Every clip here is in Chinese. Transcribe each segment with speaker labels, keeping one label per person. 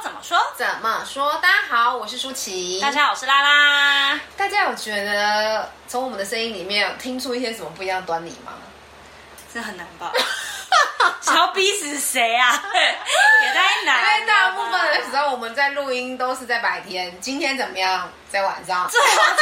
Speaker 1: 怎么说？大家好，我是舒淇。
Speaker 2: 大家好，我是拉拉。
Speaker 1: 大家有觉得从我们的声音里面有听出一些什么不一样的端倪吗？
Speaker 2: 这很难 吧？想要逼死谁 啊？也太难
Speaker 1: 因
Speaker 2: 了
Speaker 1: 为
Speaker 2: 吧。
Speaker 1: 哎大部分的时候我们在录音都是在白天，今天怎么样？在晚上。
Speaker 2: 最好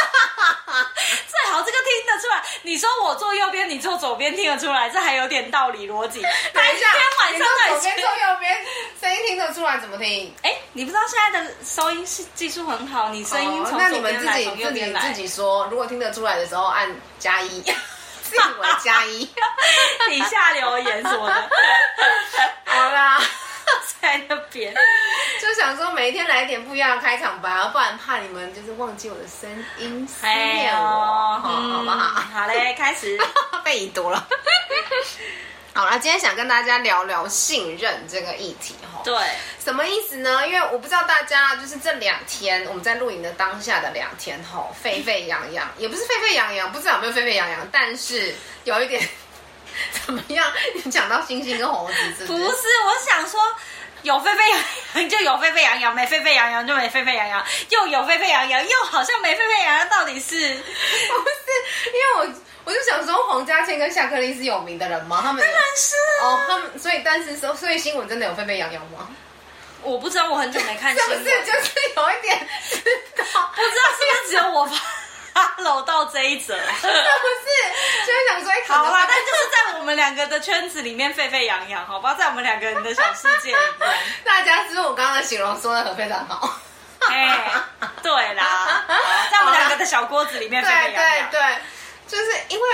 Speaker 2: 最好这个听得出来。你说我坐右边，你坐左边，听得出来，这还有点道理逻辑。
Speaker 1: 等一下，
Speaker 2: 哪一天晚
Speaker 1: 你
Speaker 2: 上
Speaker 1: 说
Speaker 2: 到
Speaker 1: 左
Speaker 2: 底
Speaker 1: 边
Speaker 2: 是
Speaker 1: 坐右边，声音听得出来怎么听？
Speaker 2: 哎、你不知道现在的收音是技术很好，你声音
Speaker 1: 哦
Speaker 2: 从
Speaker 1: 那
Speaker 2: 左
Speaker 1: 你们
Speaker 2: 边
Speaker 1: 自
Speaker 2: 来，
Speaker 1: 己
Speaker 2: 从右
Speaker 1: 自己
Speaker 2: 边来
Speaker 1: 自，己说，如果听得出来的时候按加 一，自己为加 一。
Speaker 2: 底下留言什 么的，
Speaker 1: 好啦，
Speaker 2: 在那边。
Speaker 1: 就想说每一天来一点不一样的开场白，不然怕你们就是忘记我的声音，思
Speaker 2: 哎
Speaker 1: 念
Speaker 2: 呦，
Speaker 1: 我，好哦好
Speaker 2: 嗯
Speaker 1: 不好？
Speaker 2: 好嘞，开始。
Speaker 1: 被已读了。 好啦，今天想跟大家聊聊信任这个议题哈。
Speaker 2: 对，
Speaker 1: 什么意思呢？因为我不知道大家就是这两天我们在录影的当下的两天吼，沸沸扬扬，也不是沸沸扬扬，不知道有没有沸沸扬扬，但是有一点 怎么样？你讲到星星跟猴子是
Speaker 2: 不
Speaker 1: 不是？
Speaker 2: 是，我想说。有沸沸扬扬就有沸沸扬扬，没沸沸扬扬就没沸沸扬扬，又有沸沸扬扬，又好像没沸沸扬扬，到底是
Speaker 1: 不是，因为我我就想说，黄家千跟夏克立是有名的人吗？他们
Speaker 2: 但是
Speaker 1: 哦，他们所以但是说，所以新闻真的有沸沸扬扬吗？
Speaker 2: 我不知道，我很久没看
Speaker 1: 是
Speaker 2: 新
Speaker 1: 不
Speaker 2: 闻，
Speaker 1: 是就是有一点知道？
Speaker 2: 啊不知道是不是只有我发 搂到这一 则。
Speaker 1: 是不是？就是想说，哎
Speaker 2: 啊好啦，
Speaker 1: 可
Speaker 2: 但
Speaker 1: 能
Speaker 2: 就是在我们两个的圈子里面沸沸扬扬，好吧，在我们两个人的小世界里面，
Speaker 1: 大家是不是我刚刚的形容说的非常好？
Speaker 2: 哎，对啦，好在我们两个的小锅子里面
Speaker 1: 对
Speaker 2: 沸沸扬
Speaker 1: 对
Speaker 2: 扬，
Speaker 1: 对，就是因为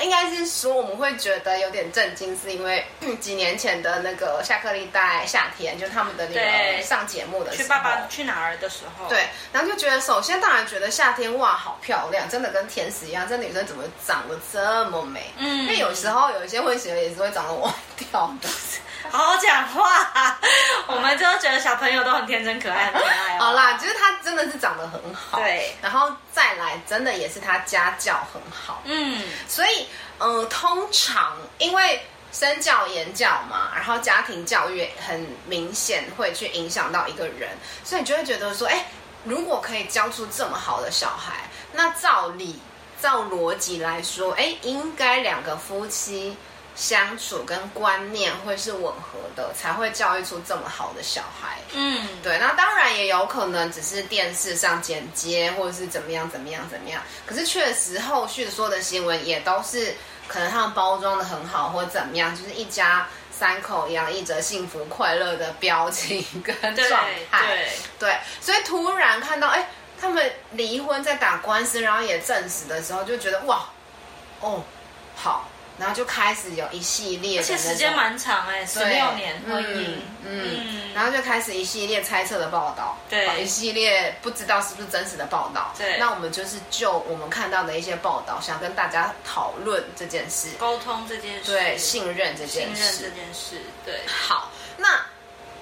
Speaker 1: 应该是说我们会觉得有点震惊，是因为 嗯几年前的那个夏克力在夏天，就是他们的女儿
Speaker 2: 对
Speaker 1: 上节目的时
Speaker 2: 去
Speaker 1: 候，
Speaker 2: 爸爸去哪儿的时候，
Speaker 1: 对，然后就觉得首先当然觉得夏天哇好漂亮，真的跟天使一样，这女生怎么长得这么美？
Speaker 2: 嗯
Speaker 1: 因为有时候有一些混血儿也是会长得 歪掉的。
Speaker 2: 啊好好讲话。我们就觉得小朋友都很天真可爱，很可爱、哦。
Speaker 1: 好，啦，就是她真的是长得很好，
Speaker 2: 对，
Speaker 1: 然后再来真的也是她家教很好，
Speaker 2: 嗯，
Speaker 1: 所以呃，通常因为身教言教嘛，然后家庭教育很明显会去影响到一个人，所以你就会觉得说，哎，如果可以教出这么好的小孩，那照理照逻辑来说，哎，应该两个夫妻。相处跟观念会是吻合的，才会教育出这么好的小孩。
Speaker 2: 嗯，
Speaker 1: 对，那当然也有可能只是电视上剪接，或者是怎么样怎么样怎么样。可是确实后续所有的新闻也都是可能他们包装的很好，或怎么样，就是一家三口洋溢着幸福快乐的表情跟
Speaker 2: 对
Speaker 1: 状态。
Speaker 2: 对，
Speaker 1: 对，所以突然看到哎、他们离婚在打官司，然后也证实的时候，就觉得哇，哦，好，然后就开始有一系列
Speaker 2: 而
Speaker 1: 的
Speaker 2: 且
Speaker 1: 那种
Speaker 2: 时间蛮长哎、十
Speaker 1: 对
Speaker 2: 六年婚姻，
Speaker 1: 嗯，嗯然后就开始一系列猜测的报道，
Speaker 2: 对
Speaker 1: 哦一系列不知道是不是真实的报道，
Speaker 2: 对
Speaker 1: 那我们就是就我们看到的一些报道，想跟大家讨论这件事，
Speaker 2: 沟通这件事，
Speaker 1: 对，信任这件
Speaker 2: 信任
Speaker 1: 事
Speaker 2: 这，件事，对，
Speaker 1: 好，那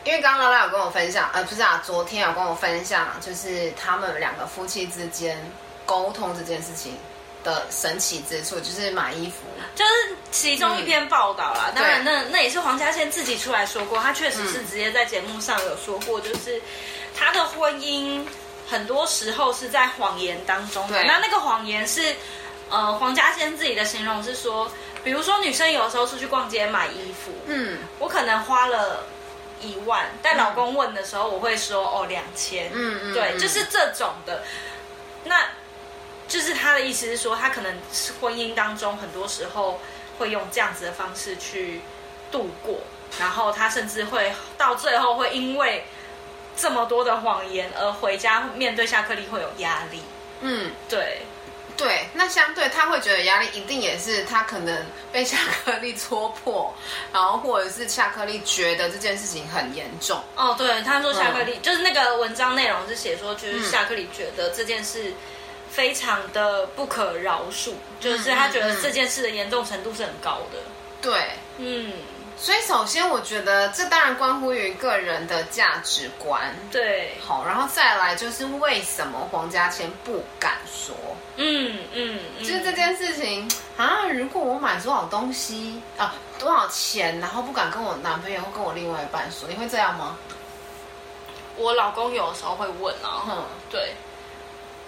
Speaker 1: 因为刚刚拉拉有跟我分享，呃，不是啊，昨天有跟我分享，就是他们两个夫妻之间沟通这件事情的神奇之处，就是买衣服，
Speaker 2: 就是其中一篇报道啦。当然
Speaker 1: 嗯对嗯
Speaker 2: 那，那也是黄家千自己出来说过，他确实是直接在节目上有说过，就是他的婚姻很多时候是在谎言当中的。
Speaker 1: 对
Speaker 2: 那那个谎言是，呃，黄家千自己的形容是说，比如说女生有时候出去逛街买衣服，
Speaker 1: 嗯
Speaker 2: 我可能花了一万，但老公问的时候，我会说哦两千，
Speaker 1: 嗯嗯，
Speaker 2: 对，
Speaker 1: 嗯
Speaker 2: 就是这种的。那就是他的意思是说，他可能是婚姻当中很多时候会用这样子的方式去度过，然后他甚至会到最后会因为这么多的谎言而回家面对夏克力会有压力。
Speaker 1: 嗯。
Speaker 2: 对，
Speaker 1: 对，那相对他会觉得压力一定也是他可能被夏克力戳破，然后或者是夏克力觉得这件事情很严重。
Speaker 2: 哦，对，他说夏克力、就是那个文章内容是写说，就是夏克力觉得这件事非常的不可饶恕，就是他觉得这件事的严重程度是很高的。
Speaker 1: 对，
Speaker 2: 嗯，
Speaker 1: 所以首先我觉得这当然关乎于个人的价值观。
Speaker 2: 对，
Speaker 1: 好，然后再来就是为什么黄家千不敢说，
Speaker 2: 嗯嗯，嗯
Speaker 1: 就是这件事情啊，如果我买多少东西啊，多少钱，然后不敢跟我男朋友或跟我另外一半说，你会这样吗？
Speaker 2: 我老公有的时候会问啊，
Speaker 1: 嗯
Speaker 2: 对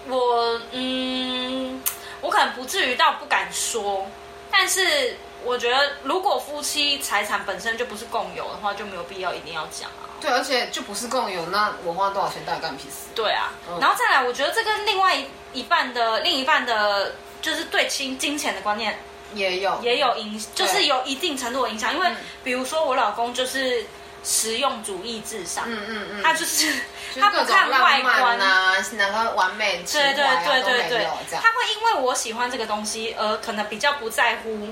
Speaker 2: 我，嗯，我可能不至于到不敢说，但是我觉得如果夫妻财产本身就不是共有的话，就没有必要一定要讲啊。
Speaker 1: 对，而且就不是共有，那我花多少钱到底干屁事？
Speaker 2: 对啊，
Speaker 1: 嗯
Speaker 2: 然后再来，我觉得这跟另外一一半的另一半的，就是对金金钱的观念
Speaker 1: 也有
Speaker 2: 也有影，就是
Speaker 1: 对嗯
Speaker 2: 有一定程度的影响。因为比如说我老公就是实用主义至上，
Speaker 1: 嗯嗯嗯，
Speaker 2: 他就是
Speaker 1: 就是
Speaker 2: 他
Speaker 1: 各
Speaker 2: 不
Speaker 1: 种
Speaker 2: 看外
Speaker 1: 浪
Speaker 2: 观
Speaker 1: 漫啊，哪个完美情怀
Speaker 2: 对对
Speaker 1: 啊
Speaker 2: 对对
Speaker 1: 都没
Speaker 2: 对
Speaker 1: 有这，样
Speaker 2: 他会因为我喜欢这个东西而可能比较不在乎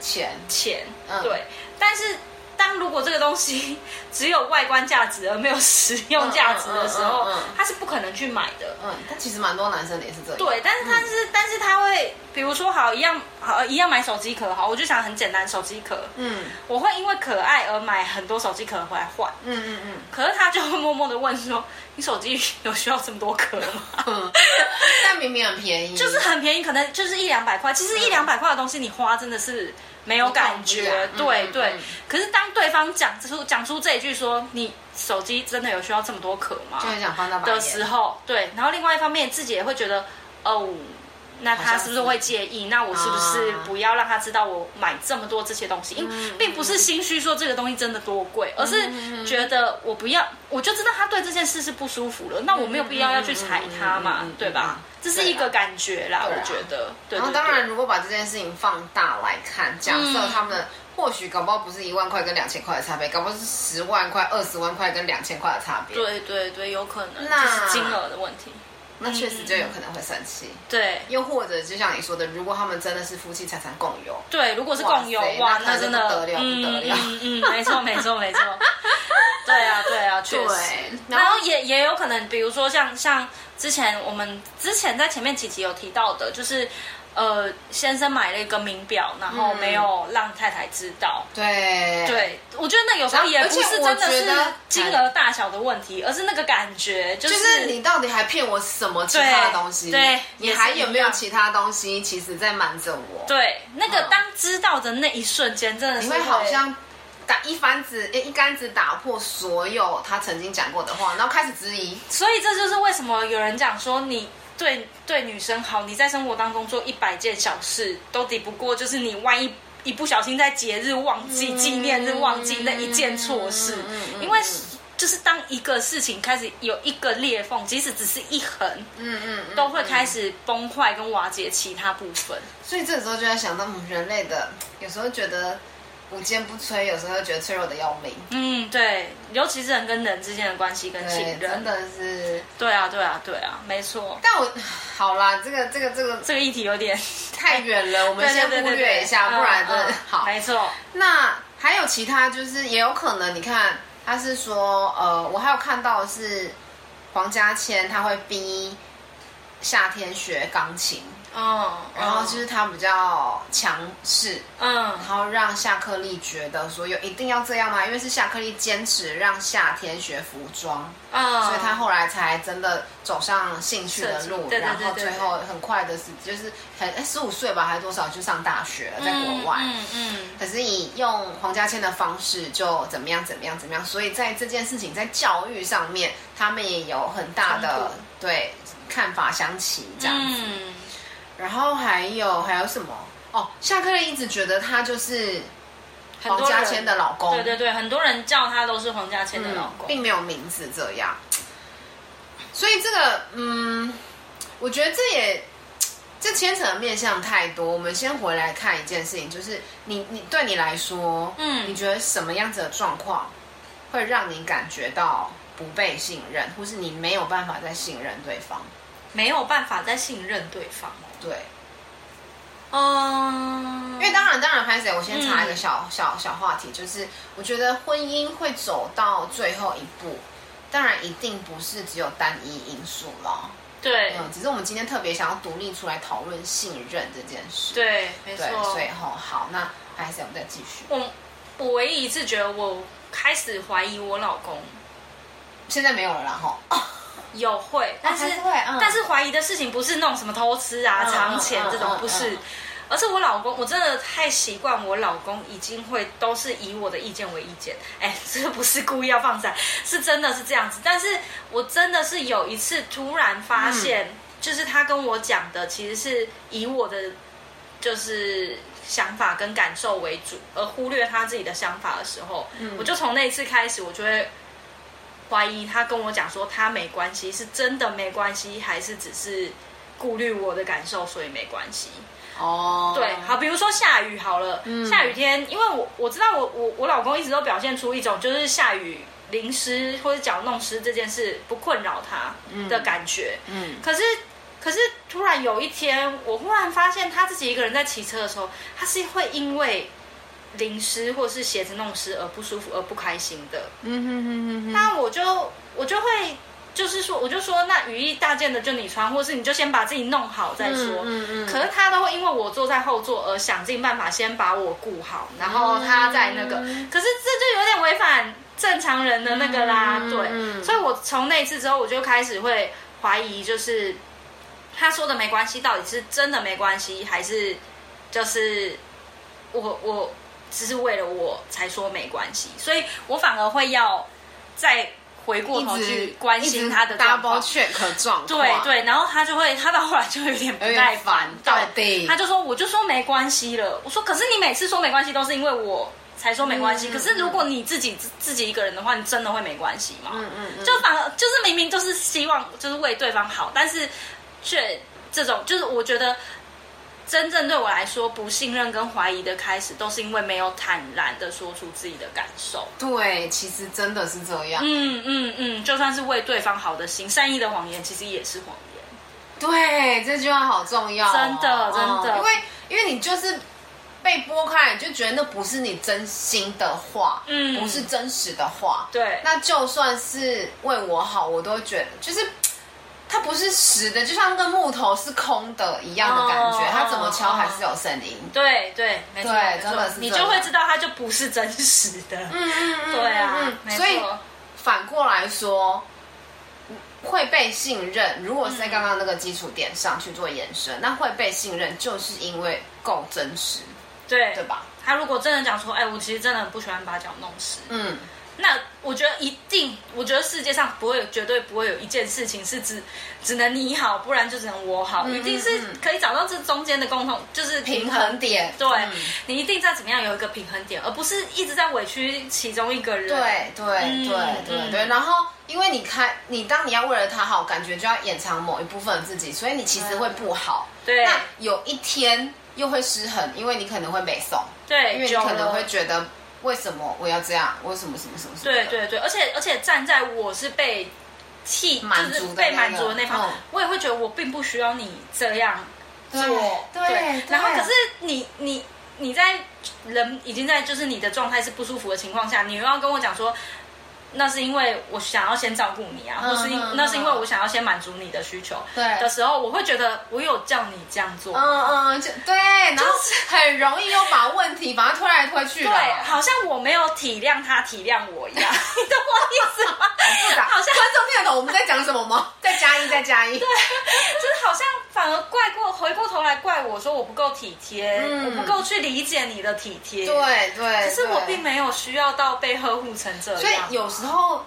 Speaker 1: 钱，
Speaker 2: 钱，
Speaker 1: 嗯
Speaker 2: 对。但是当如果这个东西 只有外观价值而没有实用价值的时候
Speaker 1: 嗯嗯嗯嗯嗯，
Speaker 2: 他是不可能去买的。
Speaker 1: 嗯，但其实蛮多男生的也是这样，
Speaker 2: 对，但是但是、
Speaker 1: 嗯
Speaker 2: 但是他会，比如说好一样好一样买手机壳，好，我就想很简单手机壳，
Speaker 1: 嗯
Speaker 2: 我会因为可爱而买很多手机壳回来换，
Speaker 1: 嗯嗯嗯。
Speaker 2: 可是他就会默默的问说，你手机有需要这么多壳吗？
Speaker 1: 嗯， 但明明很便宜，
Speaker 2: 就是很便宜，可能就是一两百块。其实一两百块的东西，你花真的是没有感
Speaker 1: 你懂
Speaker 2: 觉
Speaker 1: 不。了
Speaker 2: 对
Speaker 1: 嗯
Speaker 2: 对
Speaker 1: 嗯。
Speaker 2: 可是当对方讲出讲出这一句说你手机真的有需要这么多壳吗
Speaker 1: 就很想翻到白眼
Speaker 2: 的时候，对。然后另外一方面，自己也会觉得哦。那
Speaker 1: 好
Speaker 2: 他
Speaker 1: 像是啊
Speaker 2: 是不是会介意？那我是不是不要让他知道我买这么多这些东西？因
Speaker 1: 嗯
Speaker 2: 并不是心虚说这个东西真的多贵，而是觉得我不要，我就知道他对这件事是不舒服了，那我没有必要要去踩他嘛
Speaker 1: 嗯嗯嗯嗯嗯嗯嗯嗯，啊
Speaker 2: 对吧？这是一个感觉啦，我觉得。对
Speaker 1: 然后
Speaker 2: 对
Speaker 1: 当然，
Speaker 2: 对，
Speaker 1: 如果把这件事情放大来看，假
Speaker 2: 嗯
Speaker 1: 设他们或许搞不好不是一万块跟两千块的差别，搞不好是十万块、二十万块跟两千块的差别，，
Speaker 2: 对对对，有可能
Speaker 1: 那
Speaker 2: 就是金额的问题。
Speaker 1: 那确实就有可能会生气。
Speaker 2: 对
Speaker 1: 又或者就像你说的，如果他们真的是夫妻财产共有，
Speaker 2: 对，如果是共有
Speaker 1: 哇塞
Speaker 2: 哇，
Speaker 1: 那
Speaker 2: 那
Speaker 1: 真
Speaker 2: 真
Speaker 1: 的
Speaker 2: 的
Speaker 1: 不得了
Speaker 2: 嗯
Speaker 1: 不得了
Speaker 2: 嗯嗯，嗯没错没错没错。对啊对啊，确实。
Speaker 1: 然
Speaker 2: 然
Speaker 1: 后
Speaker 2: 后也也有可能，比如说像像之前我们之前在前面几集有提到的，就是呃先生买了一个名表，然后没有让太太知道。
Speaker 1: 对，
Speaker 2: 对，我觉得那有时候也不是
Speaker 1: 嗯而
Speaker 2: 真
Speaker 1: 且
Speaker 2: 的
Speaker 1: 我觉
Speaker 2: 是
Speaker 1: 得
Speaker 2: 金额大小的问题，而是那个感觉，就
Speaker 1: 就是
Speaker 2: 是
Speaker 1: 你到底还骗我什么其他的东西？
Speaker 2: 对对
Speaker 1: 你还
Speaker 2: 也是一
Speaker 1: 有
Speaker 2: 样
Speaker 1: 没有其他东西？其实在瞒着我。
Speaker 2: 对那个
Speaker 1: 嗯
Speaker 2: 当知道的那一瞬间，真的是
Speaker 1: 你会好像打一竿子一竿子打破所有他曾经讲过的话，然后开始质疑。
Speaker 2: 所以这就是为什么有人讲说你。对对，女生好，你在生活当中做一百件小事，都抵不过就是你万一一不小心在节日忘记、纪念日忘记那一件错事，
Speaker 1: 嗯
Speaker 2: 因为就是当一个事情开始有一个裂缝，即使只是一横，
Speaker 1: 嗯嗯嗯。
Speaker 2: 都会开始崩坏跟瓦解其他部分。
Speaker 1: 所以这时候就在想到，嗯，人类的有时候觉得无坚不摧，有时候又觉得脆弱的要命。
Speaker 2: 嗯，对，尤其是人跟人之间的关系跟
Speaker 1: 对
Speaker 2: 信，
Speaker 1: 真
Speaker 2: 任，
Speaker 1: 的是。
Speaker 2: 对啊，对啊，对啊，没错。
Speaker 1: 但我好啦，这个这个这个
Speaker 2: 这个议题有点，
Speaker 1: 太远了，我们先
Speaker 2: 对对
Speaker 1: 忽
Speaker 2: 对对
Speaker 1: 略一下，
Speaker 2: 对
Speaker 1: 不然
Speaker 2: 嗯
Speaker 1: 真的
Speaker 2: 嗯
Speaker 1: 好。
Speaker 2: 没错，
Speaker 1: 那还有其他，就是也有可能，你看他是说，呃，我还有看到的是黄家千他会逼夏天学钢琴，
Speaker 2: 嗯，
Speaker 1: 然后就是他比较强势，
Speaker 2: 嗯
Speaker 1: 哦然后让夏克立觉得说有一定要这样吗？因为是夏克立坚持让夏天学服装，
Speaker 2: 嗯，
Speaker 1: 所以他后来才真的走上兴趣的
Speaker 2: 设计
Speaker 1: 路，
Speaker 2: 对对对
Speaker 1: 然后
Speaker 2: 对
Speaker 1: 最
Speaker 2: 对
Speaker 1: 后很快的是就是很哎十五岁吧，还多少就上大学了，在国外。
Speaker 2: 嗯嗯
Speaker 1: 可是以用黄家千的方式，就怎么样怎么样怎么样，所以在这件事情在教育上面，他们也有很大
Speaker 2: 冲
Speaker 1: 的
Speaker 2: 突
Speaker 1: 对看法相齐这样子。
Speaker 2: 嗯，
Speaker 1: 然后还有还有什么？哦，夏克立一直觉得他就是
Speaker 2: 很
Speaker 1: 黄
Speaker 2: 多人
Speaker 1: 家千的老公，
Speaker 2: 对对对，很多人叫他都是黄家千的老
Speaker 1: 嗯
Speaker 2: 公，
Speaker 1: 并没有名字这样。所以这个，嗯，我觉得这也这牵扯的面向太多。我们先回来看一件事情，就是你你对你来说，
Speaker 2: 嗯
Speaker 1: 你觉得什么样子的状况会让你感觉到不被信任，或是你没有办法再信任对方？
Speaker 2: 没有办法再信任对方。
Speaker 1: 对，
Speaker 2: 嗯，
Speaker 1: 因为当然，当然，潘姐，我先插一个小、小小话题，就是我觉得婚姻会走到最后一步，当然一定不是只有单一因素了。
Speaker 2: 对
Speaker 1: 嗯，只是我们今天特别想要独立出来讨论信任这件事。
Speaker 2: 对，没
Speaker 1: 对，所
Speaker 2: 错
Speaker 1: 以。吼好，那潘姐，我们再继续。
Speaker 2: 我我唯一一次觉得我开始怀疑我老公
Speaker 1: 现在没有了啦，吼。
Speaker 2: 有会，但是
Speaker 1: 还是会嗯
Speaker 2: 但是怀疑的事情不是那种什么偷吃啊、
Speaker 1: 嗯
Speaker 2: 藏钱
Speaker 1: 嗯
Speaker 2: 这
Speaker 1: 嗯
Speaker 2: 种
Speaker 1: 嗯，
Speaker 2: 不是
Speaker 1: 嗯。
Speaker 2: 而且我老公，我真的太习惯我老公已经会都是以我的意见为意见，哎，这不是故意要放闪，是真的是这样子。但是我真的是有一次突然
Speaker 1: 嗯
Speaker 2: 发现，就是他跟我讲的其实是以我的就是想法跟感受为主，而忽略他自己的想法的时候，我就从那一次开始，我就会怀疑他跟我讲说他没关系，是真的没关系，还是只是顾虑我的感受，所以没关系。
Speaker 1: 哦，
Speaker 2: 对，好，比如说下雨好了，下雨天，因为我我知道我我我老公一直都表现出一种就是下雨淋湿或者脚弄湿这件事不困扰他的感觉，
Speaker 1: 嗯，
Speaker 2: 可是，可是突然有一天，我忽然发现他自己一个人在骑车的时候，他是会因为淋湿或是鞋子弄湿而不舒服、而不开心的。
Speaker 1: 嗯哼哼哼哼，
Speaker 2: 那我就我就会就是说，我就说那雨衣大件的就你穿，或是你就先把自己弄好再说。
Speaker 1: 嗯嗯嗯
Speaker 2: 可是他都会因为我坐在后座而想尽办法先把我顾好，然后他在那个，
Speaker 1: 嗯
Speaker 2: 可是这就有点违反正常人的那个啦，
Speaker 1: 嗯
Speaker 2: 对。
Speaker 1: 嗯
Speaker 2: 所以我从那一次之后，我就开始会怀疑，就是他说的没关系，到底是真的没关系，还是就是我我只是为了我才说没关系，所以我反而会要再回过头
Speaker 1: 一直
Speaker 2: 去关心他的
Speaker 1: 一直
Speaker 2: 状
Speaker 1: double
Speaker 2: 况。
Speaker 1: check 状况，
Speaker 2: 对，对，然后他就会，他到后来就有点不
Speaker 1: 有点
Speaker 2: 耐
Speaker 1: 烦
Speaker 2: 烦，
Speaker 1: 到底
Speaker 2: 他就说，我就说没关系了。我说，可是你每次说没关系都是因为我才说没关系，
Speaker 1: 嗯
Speaker 2: 可是如果你自己自自己一个人的话，你真的会没关系吗？
Speaker 1: 嗯嗯嗯，
Speaker 2: 就反而就是明明就是希望就是为对方好，但是却这种就是我觉得真正对我来说不信任跟怀疑的开始，都是因为没有坦然的说出自己的感受。
Speaker 1: 对，其实真的是这样，
Speaker 2: 嗯嗯嗯，就算是为对方好的心，善意的谎言其实也是谎言。
Speaker 1: 对，这句话好重要哦、
Speaker 2: 真的
Speaker 1: 嗯
Speaker 2: 真的
Speaker 1: 因为因为你就是被拨开，你就觉得那不是你真心的话，
Speaker 2: 嗯
Speaker 1: 不是真实的话，
Speaker 2: 对
Speaker 1: 那就算是为我好，我都觉得就是。它不是实的，就像那个木头是空的一样的感觉，
Speaker 2: 哦
Speaker 1: 它怎么敲还是有声音。
Speaker 2: 对对，没错，
Speaker 1: 对
Speaker 2: 没错
Speaker 1: 真的是
Speaker 2: 你
Speaker 1: 这
Speaker 2: 就
Speaker 1: 样
Speaker 2: 会知道它就不是真实的。
Speaker 1: 嗯嗯嗯
Speaker 2: 对啊，没
Speaker 1: 所以
Speaker 2: 错
Speaker 1: 反过来说，会被信任，如果是在刚刚那个基础点上去做延伸，那会被信任就是因为够真实，
Speaker 2: 对
Speaker 1: 对吧？
Speaker 2: 他如果真的讲说，哎、我其实真的很不喜欢把脚弄湿，
Speaker 1: 嗯，
Speaker 2: 那我觉得一定，我觉得世界上不会有，绝对不会有一件事情是只只能你好，不然就只能我好，
Speaker 1: 嗯
Speaker 2: 一定是可以找到这中间的共同，就是
Speaker 1: 平
Speaker 2: 平衡。
Speaker 1: 衡点，
Speaker 2: 对、
Speaker 1: 嗯
Speaker 2: 你一定在怎么样有一个平衡点，而不是一直在委屈其中一个人。
Speaker 1: 对对
Speaker 2: 嗯
Speaker 1: 对对
Speaker 2: 嗯
Speaker 1: 对，然后因为你开，你当你要为了他好，感觉就要掩藏某一部分的自己，所以你其实会不好。
Speaker 2: 对
Speaker 1: 那有一天又会失衡，因为你可能会北宋，因为
Speaker 2: 对，
Speaker 1: 你
Speaker 2: 久
Speaker 1: 可能
Speaker 2: 了
Speaker 1: 会觉得为什么我要这样，为什么什么什么什么的，
Speaker 2: 对对对，而且而且站在我是被替
Speaker 1: 满足的
Speaker 2: 就是被满足的那
Speaker 1: 那
Speaker 2: 方，
Speaker 1: 个嗯
Speaker 2: 我也会觉得我并不需要你这样做。
Speaker 1: 对对
Speaker 2: 然后
Speaker 1: 对
Speaker 2: 可是你你你在人已经在就是你的状态是不舒服的情况下，你又要跟我讲说。那是因为我想要先照顾你啊，
Speaker 1: 嗯
Speaker 2: 或是因、
Speaker 1: 嗯
Speaker 2: 那是因为
Speaker 1: 嗯
Speaker 2: 我想要先满足你的需求
Speaker 1: 对
Speaker 2: 的时候，我会觉得我有叫你这样做，
Speaker 1: 嗯嗯，就对，然后很容易又把问题把它推来推去啦，
Speaker 2: 对，好像我没有体谅他体谅我一样， 你懂我意思吗？
Speaker 1: 复杂。
Speaker 2: 好像
Speaker 1: 观众听得懂我们在讲什么吗？再加一，再加一。对，
Speaker 2: 就是好像反而怪过回过头来怪我说我不够体贴，
Speaker 1: 嗯
Speaker 2: 我不够去理解你的体贴。，
Speaker 1: 对对。
Speaker 2: 可是我并
Speaker 1: 没。
Speaker 2: 没有需要到被呵护成这样。
Speaker 1: 所以有时候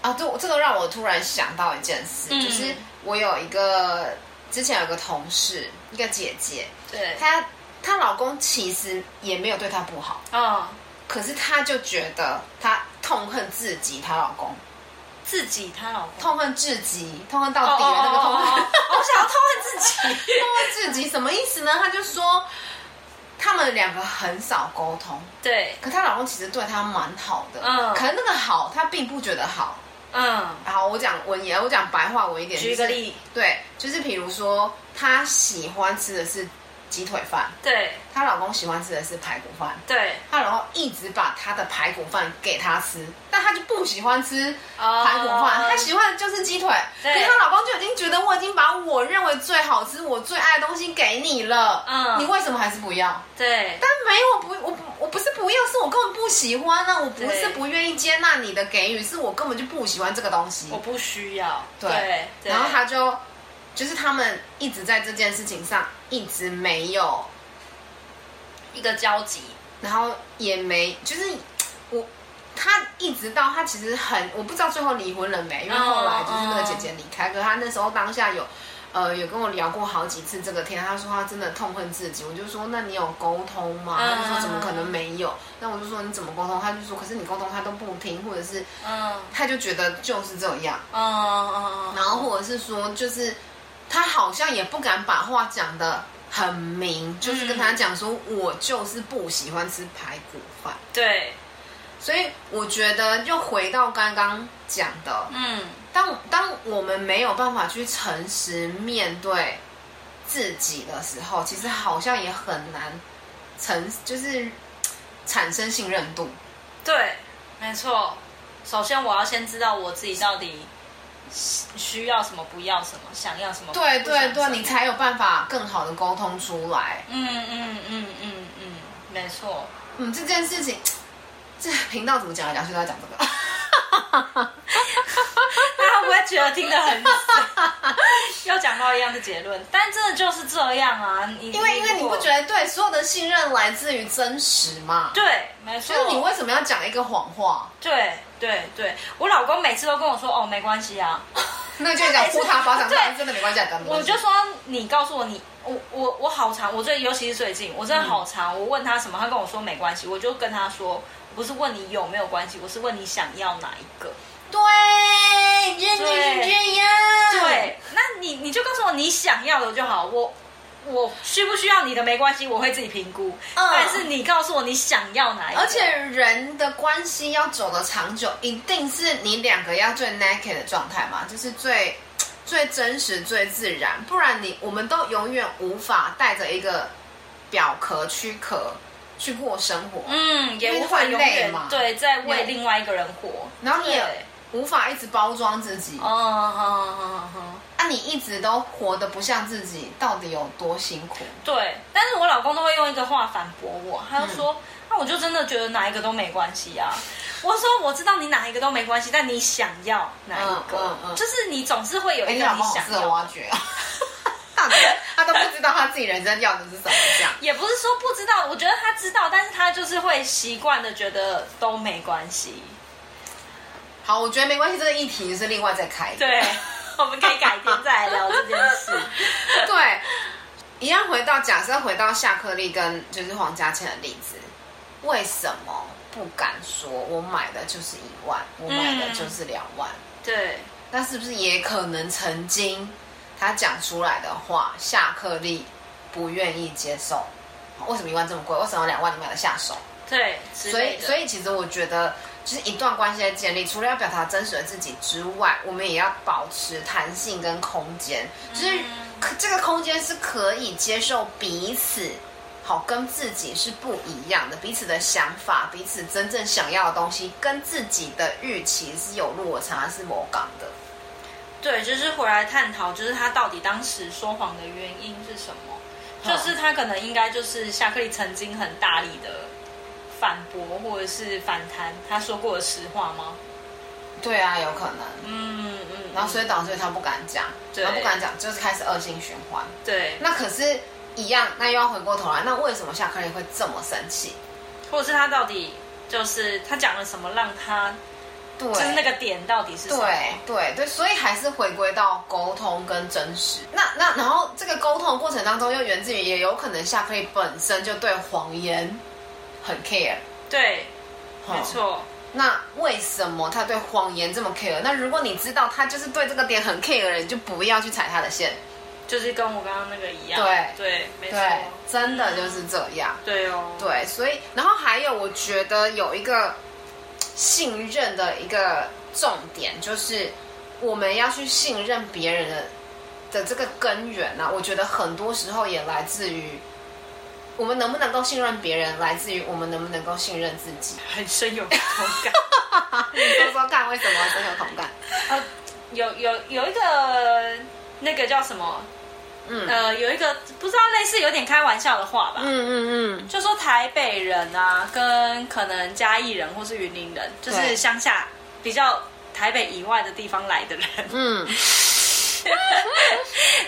Speaker 1: 啊，对，这个让我突然想到一件事，
Speaker 2: 嗯
Speaker 1: 就是我有一个之前有个同事，一个姐姐，
Speaker 2: 对，
Speaker 1: 她她老公其实也没有对她不好，
Speaker 2: 嗯，
Speaker 1: 可是她就觉得她痛恨自己，她老公
Speaker 2: 自己她老公
Speaker 1: 痛恨至极，痛恨到底的那个痛恨。
Speaker 2: 我想要痛恨自己。
Speaker 1: 痛恨至极什么意思呢？她就说他们两个很少沟通，
Speaker 2: 对，
Speaker 1: 可她老公其实对她蛮好的，
Speaker 2: 嗯
Speaker 1: 可能那个好她并不觉得好。
Speaker 2: 嗯，
Speaker 1: 好，我讲文言，我讲白话文一点。
Speaker 2: 举一个，例，
Speaker 1: 对，就是比如说，她喜欢吃的是鸡腿饭，
Speaker 2: 对
Speaker 1: 她老公喜欢吃的是排骨饭，
Speaker 2: 对，
Speaker 1: 她老公一直把她的排骨饭给她吃，但她就不喜欢吃
Speaker 2: 哦
Speaker 1: 排骨饭，她喜欢的就是鸡腿。可
Speaker 2: 对
Speaker 1: 是她老公就已经觉得我已经把我认为最好吃、我最爱的东西给你了，
Speaker 2: 嗯
Speaker 1: 你为什么还是不要？
Speaker 2: 对
Speaker 1: 但没有，不，我不，我不是不要，是我根本不喜欢啊，我不是
Speaker 2: 对
Speaker 1: 不愿意接纳你的给予，是我根本就不喜欢这个东西
Speaker 2: 我。不需要。
Speaker 1: 对然后他就就是他们一直在这件事情上一直没有，
Speaker 2: 一个交集，
Speaker 1: 然后也没，就是我他一直到他其实很，我不知道最后离婚了没，因为后来就是那个姐姐离开，可是他那时候当下有。呃，有跟我聊过好几次这个天，他说他真的痛恨自己。我就说，那你有沟通吗？
Speaker 2: 嗯
Speaker 1: 他就说怎么可能没有？那我就说你怎么沟通？他就说，可是你沟通他都不听，或者是
Speaker 2: 嗯
Speaker 1: 他就觉得就是这样。
Speaker 2: 嗯嗯，
Speaker 1: 然后或者是说，就是他好像也不敢把话讲的很明，就是跟他讲说，我就是不喜欢吃排骨饭。
Speaker 2: 对，
Speaker 1: 所以我觉得，又回到刚刚讲的，
Speaker 2: 嗯
Speaker 1: 当当我们没有办法去诚实面对自己的时候，其实好像也很难成，就是嘖产生信任度。
Speaker 2: 对，没错。首先我要先知道我自己到底需需要什么，不要什么，想要什么。
Speaker 1: 对
Speaker 2: 不想
Speaker 1: 对对
Speaker 2: 什，么
Speaker 1: 你才有办法更好的沟通出来。
Speaker 2: 嗯嗯嗯嗯嗯，没 错。
Speaker 1: 嗯，这件事情，嘖这频道怎么讲来讲去都在讲这个。
Speaker 2: 大家会不会觉得听得很死？又讲到一样的结论，但真的就是这样啊！你
Speaker 1: 因为因为你不觉
Speaker 2: 得
Speaker 1: 得对所有的信任来自于真实嘛？
Speaker 2: 对，没错，
Speaker 1: 就是你为什么要讲一个谎话？
Speaker 2: 对对对，我老公每次都跟我说哦，没关系啊，
Speaker 1: 那就讲
Speaker 2: 对
Speaker 1: 呼他巴掌，
Speaker 2: 对
Speaker 1: 但真的没关系，真的没
Speaker 2: 我
Speaker 1: 关系
Speaker 2: 就说你告诉我你，我我我好长，我最尤其是最近，我真的好长。我问他什么，他跟我说没关系，我就跟他说，我不是问你有没有关系，我是问你想要哪一个。
Speaker 1: 对，真的是
Speaker 2: 对
Speaker 1: 这样。
Speaker 2: 对，那你你就告诉我你想要的就好，我。我需不需要你的没关系，我会自己评估。
Speaker 1: 嗯
Speaker 2: 但是你告诉我你想要哪一个，
Speaker 1: 而且人的关系要走得长久，一定是你两个要最 naked 的状态嘛，就是最最真实、最自然，不然你我们都永远无法带着一个表壳、躯壳去过生活，
Speaker 2: 嗯，也
Speaker 1: 因为
Speaker 2: 无法
Speaker 1: 会
Speaker 2: 永
Speaker 1: 累
Speaker 2: 远
Speaker 1: 嘛
Speaker 2: 对在
Speaker 1: 对
Speaker 2: 为另外一个人活。
Speaker 1: 然后你
Speaker 2: 对
Speaker 1: 也无法一直包装自己，
Speaker 2: 哦，好好好好。
Speaker 1: 啊，你一直都活得不像自己，到底有多辛苦？
Speaker 2: 对，但是我老公都会用一个话反驳我，他就说：“
Speaker 1: 嗯
Speaker 2: 那、我就真的觉得哪一个都没关系啊。”我说：“我知道你哪一个都没关系，但你想要哪一
Speaker 1: 嗯
Speaker 2: 个，
Speaker 1: 嗯嗯
Speaker 2: 就是你总是会有
Speaker 1: 哎、
Speaker 2: 一
Speaker 1: 你
Speaker 2: 个
Speaker 1: 老
Speaker 2: 你
Speaker 1: 公好
Speaker 2: 想
Speaker 1: 适
Speaker 2: 要
Speaker 1: 合
Speaker 2: 的。
Speaker 1: 挖掘啊， 大男他都不知道他自己人生要的是什么，这样。
Speaker 2: 也不是说不知道，我觉得他知道，但是他就是会习惯的觉得都没关系。
Speaker 1: 好，我觉得没关系，这个议题是另外再开。
Speaker 2: 对， 我们可以改天再来聊这件事。
Speaker 1: 对，一样回到假设回到夏克立跟就是黄家千的例子，为什么不敢说我买的就是一万，我买的就是两万？
Speaker 2: 对，
Speaker 1: 那是不是也可能曾经他讲出来的话，夏克立不愿意接受？为什么一万这么贵？为什么两万你买得下手？
Speaker 2: 对，之
Speaker 1: 所
Speaker 2: 类
Speaker 1: 以，
Speaker 2: 的
Speaker 1: 所以其实我觉得，就是一段关系的建立，除了要表达真实的自己之外，我们也要保持弹性跟空间，就是
Speaker 2: 嗯
Speaker 1: 可这个空间是可以接受彼此。好，跟自己是不一样的，彼此的想法，彼此真正想要的东西，跟自己的预期是有落差，是某港的。
Speaker 2: 对，就是回来探讨，就是他到底当时说谎的原因是什么？
Speaker 1: 嗯
Speaker 2: 就是他可能应该就是夏克利曾经很大力的反驳或者是反弹他说过的实话吗？
Speaker 1: 对啊，有可能。
Speaker 2: 嗯嗯，
Speaker 1: 然后所以导致他不敢讲，
Speaker 2: 对
Speaker 1: 然后不敢讲，就是开始恶性循环。
Speaker 2: 对，
Speaker 1: 那可是，一样，那又要回过头来，那为什么夏克立会这么生气？
Speaker 2: 或者是他到底就是他讲了什么让他
Speaker 1: 对，
Speaker 2: 就是那个点到底是什么？
Speaker 1: 对对对，所以还是回归到沟通跟真实。那那然后这个沟通的过程当中，又源自于也有可能夏克立本身就对谎言很 care。
Speaker 2: 对，没
Speaker 1: 哦。
Speaker 2: 错，
Speaker 1: 那为什么他对谎言这么 care？那如果你知道他就是对这个点很 care 的人，你就不要去踩他的线。
Speaker 2: 就是跟我刚刚那个一样。
Speaker 1: 对
Speaker 2: 对，没错，
Speaker 1: 对，真的就是这样。
Speaker 2: 对哦，
Speaker 1: 对，所以然后还有，我觉得有一个信任的一个重点，就是我们要去信任别人的的这个根源呢、我觉得很多时候也来自于我们能不能够信任别人，来自于我们能不能够信任自己。
Speaker 2: 很深有同感。
Speaker 1: 你说说看，为什么深有同感？
Speaker 2: 呃，有有有一个那个叫什么？
Speaker 1: 嗯
Speaker 2: 呃，有一个不知道类似有点开玩笑的话吧，
Speaker 1: 嗯嗯
Speaker 2: 就说台北人啊，跟可能嘉义人或是云林人，就是
Speaker 1: 对
Speaker 2: 乡下比较台北以外的地方来的人，
Speaker 1: 嗯嗯，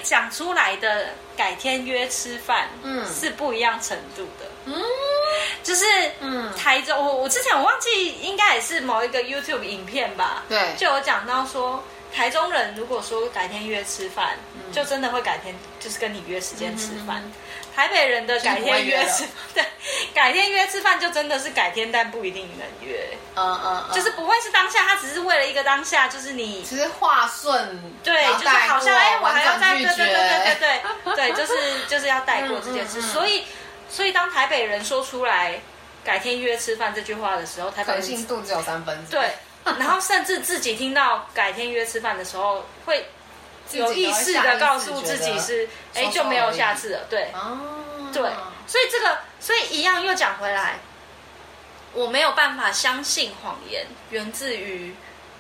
Speaker 2: 讲出来的改天约吃饭，
Speaker 1: 嗯
Speaker 2: 是不一样程度的。
Speaker 1: 嗯
Speaker 2: 就是
Speaker 1: 嗯，
Speaker 2: 台中，我我之前我忘记应该也是某一个 YouTube 影片吧，
Speaker 1: 对
Speaker 2: 就有讲到说。台中人如果说改天约吃饭，就真的会改天就是跟你约时间吃饭。
Speaker 1: 嗯
Speaker 2: 台北人的改天约
Speaker 1: 就是
Speaker 2: 吃， 对，改天约吃饭就真的是改天，但不一定能约，
Speaker 1: 嗯嗯，
Speaker 2: 就是不会是当下，他只是为了一个当下，就是你
Speaker 1: 只是话顺，
Speaker 2: 对，
Speaker 1: 然
Speaker 2: 就
Speaker 1: 后
Speaker 2: 是
Speaker 1: 带
Speaker 2: 好像
Speaker 1: 过
Speaker 2: 哎，我
Speaker 1: 婉
Speaker 2: 还要
Speaker 1: 转
Speaker 2: 再对
Speaker 1: 拒
Speaker 2: 对对对
Speaker 1: 绝
Speaker 2: 对对对，就是就是要带过这件事，
Speaker 1: 嗯嗯嗯
Speaker 2: 所以所以当台北人说出来改天约吃饭这句话的时候，台北
Speaker 1: 可
Speaker 2: 人
Speaker 1: 信度只有三分之一
Speaker 2: 对，然后甚至自己听到改天约吃饭的时候，会
Speaker 1: 自己都
Speaker 2: 有
Speaker 1: 会
Speaker 2: 意识
Speaker 1: 下
Speaker 2: 的
Speaker 1: 意
Speaker 2: 告
Speaker 1: 识
Speaker 2: 诉
Speaker 1: 觉
Speaker 2: 自己
Speaker 1: 得
Speaker 2: 是哎
Speaker 1: 说
Speaker 2: 就没
Speaker 1: 说
Speaker 2: 有
Speaker 1: 而已
Speaker 2: 下次了，对
Speaker 1: 哦，
Speaker 2: 对，所以这个所以一样又讲回来，我没有办法相信谎言源自于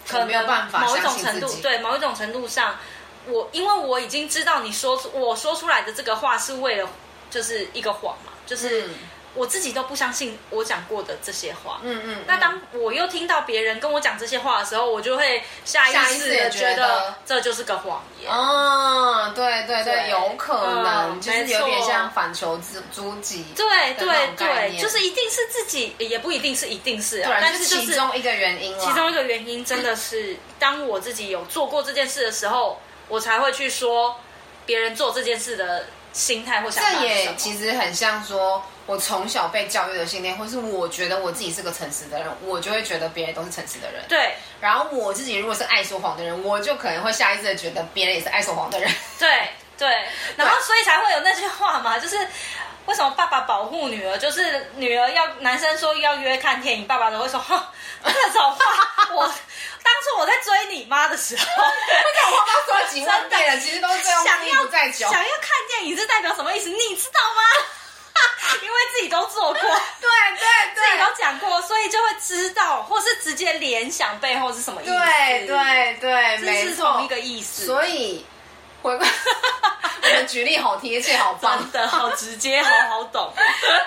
Speaker 2: 可
Speaker 1: 我
Speaker 2: 能
Speaker 1: 没有办法
Speaker 2: 某一
Speaker 1: 相
Speaker 2: 种
Speaker 1: 信
Speaker 2: 程
Speaker 1: 自
Speaker 2: 度，
Speaker 1: 己
Speaker 2: 对某一种程度上，我因为我已经知道你说出我说出来的这个话是为了就是一个谎嘛，就是
Speaker 1: 嗯
Speaker 2: 我自己都不相信我讲过的这些话。
Speaker 1: 嗯嗯，
Speaker 2: 那当我又听到别人跟我讲这些话的时候，我就会下
Speaker 1: 下
Speaker 2: 意
Speaker 1: 意识
Speaker 2: 识
Speaker 1: 也
Speaker 2: 的
Speaker 1: 觉
Speaker 2: 觉得
Speaker 1: 得
Speaker 2: 这就是个谎言。
Speaker 1: 哦，对对对，
Speaker 2: 对
Speaker 1: 有可能
Speaker 2: 嗯
Speaker 1: 就是有
Speaker 2: 没
Speaker 1: 点
Speaker 2: 错
Speaker 1: 像反求诸诸己，
Speaker 2: 对
Speaker 1: 的那
Speaker 2: 对
Speaker 1: 种概
Speaker 2: 对，
Speaker 1: 念
Speaker 2: 就是一定是自己，也不一定是一定是、
Speaker 1: 对
Speaker 2: 啊，，但
Speaker 1: 就是
Speaker 2: 就
Speaker 1: 其
Speaker 2: 是
Speaker 1: 中一个原因啦，
Speaker 2: 其中一个原因真的是，当我自己有做过这件事的时候，我才会去说别人做这件事的心态或想法
Speaker 1: 这
Speaker 2: 是什
Speaker 1: 也
Speaker 2: 么。
Speaker 1: 其实很像说，我从小被教育的信念，或是我觉得我自己是个诚实的人，我就会觉得别人都是诚实的人。
Speaker 2: 对
Speaker 1: 然后我自己如果是爱说谎的人，我就可能会下意识的觉得别人也是爱说谎 的人。
Speaker 2: 对对，然后所以才会有那句话嘛，就是为什么爸爸保护女儿，就是女儿要男生说要约看电影，爸爸都会说哼这种话。我当初我在追你妈的时候，
Speaker 1: 我妈说了几万遍了，其实都是这样，
Speaker 2: 想
Speaker 1: 意
Speaker 2: 要
Speaker 1: 不在酒
Speaker 2: 想。要看电影是代表什么意思？你知道吗？ 因为自己都做过。
Speaker 1: 对对
Speaker 2: 自己都讲过，所以就会知道，或是直接联想背后是什么意思。
Speaker 1: 对，对对，
Speaker 2: 这
Speaker 1: 没
Speaker 2: 是
Speaker 1: 错
Speaker 2: 同一。个意思。
Speaker 1: 所以回归， 我们举例好贴切，好 棒。
Speaker 2: 真的好直接，好好懂。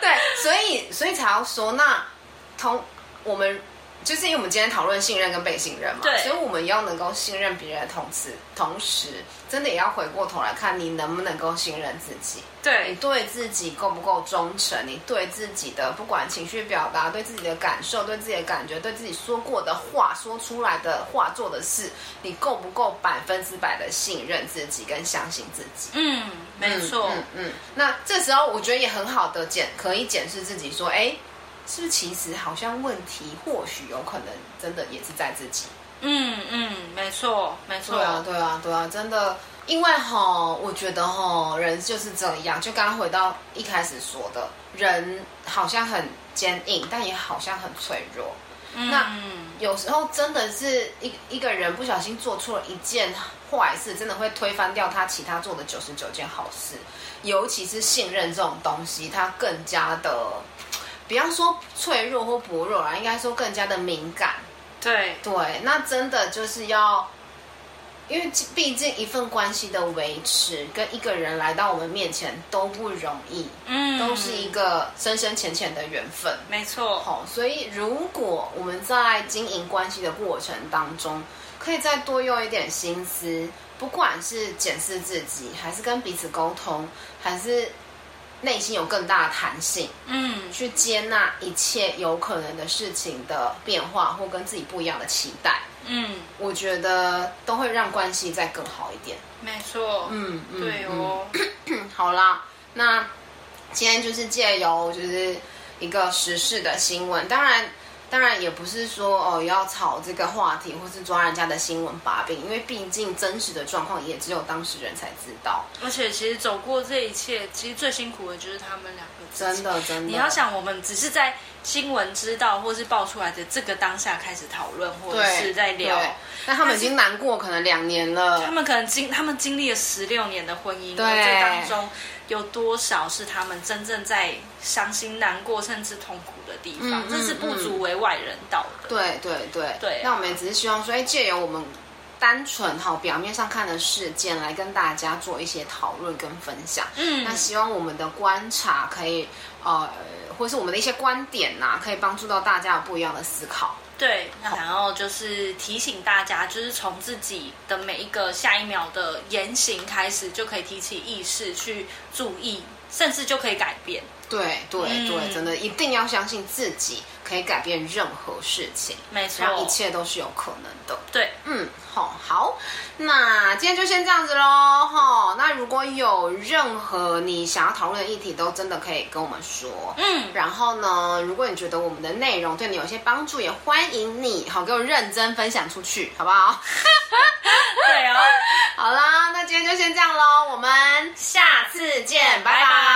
Speaker 1: 对，所以所以才要说，那同我们就是因为我们今天讨论信任跟被信任嘛，
Speaker 2: 对
Speaker 1: 所以我们要能够信任别人的同时，同时真的也要回过头来看你能不能够信任自己，你
Speaker 2: 对
Speaker 1: 对自己够不够忠诚，你对自己的不管情绪表达、对自己的感受、对自己的感觉、对自己说过的话、说出来的话、做的事，你够不够百分之百的信任自己跟相信自己？
Speaker 2: 嗯，没错，
Speaker 1: 嗯嗯嗯那这时候我觉得也很好的检，可以检视自己说，哎，是不是其实好像问题或许有可能真的也是在自己。
Speaker 2: 嗯嗯，没错，没错。
Speaker 1: 对啊，对啊，对啊，真的，因为吼，我觉得吼，人就是这样，就刚刚回到一开始说的，人好像很坚硬，但也好像很脆弱。
Speaker 2: 嗯
Speaker 1: 那有时候真的是一一个人不小心做错了一件坏事，真的会推翻掉他其他做的九十九件好事。尤其是信任这种东西，它更加的，不要说脆弱或薄弱啦，应该说更加的敏感。
Speaker 2: 对
Speaker 1: 对，那真的就是要，因为毕竟一份关系的维持跟一个人来到我们面前都不容易，
Speaker 2: 嗯，
Speaker 1: 都是一个深深浅浅的缘分。
Speaker 2: 没错。
Speaker 1: 好，所以如果我们在经营关系的过程当中，可以再多用一点心思，不管是检视自己，还是跟彼此沟通，还是内心有更大的弹性，
Speaker 2: 嗯
Speaker 1: 去接纳一切有可能的事情的变化或跟自己不一样的期待，
Speaker 2: 嗯，
Speaker 1: 我觉得都会让关系再更好一点。
Speaker 2: 没错。
Speaker 1: 嗯，嗯
Speaker 2: 对哦，
Speaker 1: 好啦，那今天就是借由就是一个时事的新闻，当然当然也不是说哦要炒这个话题，或是抓人家的新闻把柄，因为毕竟真实的状况也只有当事人才知道，
Speaker 2: 而且其实走过这一切，其实最辛苦的就是他们两个自
Speaker 1: 真
Speaker 2: 己
Speaker 1: 的真的。
Speaker 2: 你要想，我们只是在新闻知道或是爆出来的这个当下开始讨论，或者
Speaker 1: 对
Speaker 2: 是在聊。
Speaker 1: 对那他们已经难过可能两年
Speaker 2: 他
Speaker 1: 了，
Speaker 2: 们可能经他们经历了十六年的婚姻，
Speaker 1: 对
Speaker 2: 而这当中有多少是他们真正在伤心、难过甚至痛苦的地方，
Speaker 1: 嗯嗯
Speaker 2: 这是不足为外人道的。
Speaker 1: 对对对
Speaker 2: 对啊
Speaker 1: 那我们也只是希望说，哎，借由我们。单纯哈表面上看的事件来跟大家做一些讨论跟分享，
Speaker 2: 嗯
Speaker 1: 那希望我们的观察啊可以，呃，或是我们的一些观点呐、可以帮助到大家有不一样的思考。
Speaker 2: 对，那然后就是提醒大家，就是从自己的每一个下一秒的言行开始，就可以提起意识去注意，甚至就可以改变。
Speaker 1: 对对对，
Speaker 2: 嗯
Speaker 1: 真的一定要相信自己可以改变任何事情，
Speaker 2: 没错
Speaker 1: 然，后一切都是有可能的。
Speaker 2: 对，
Speaker 1: 嗯，好，好，那今天就先这样子喽，哈。那如果有任何你想要讨论的议题，都真的可以跟我们说。
Speaker 2: 嗯，
Speaker 1: 然后呢，如果你觉得我们的内容对你有些帮助，也欢迎你好给我认真分享出去，好不好？
Speaker 2: 对哦，
Speaker 1: 好啦，那今天就先这样喽，我们下次见，拜拜。
Speaker 2: 拜拜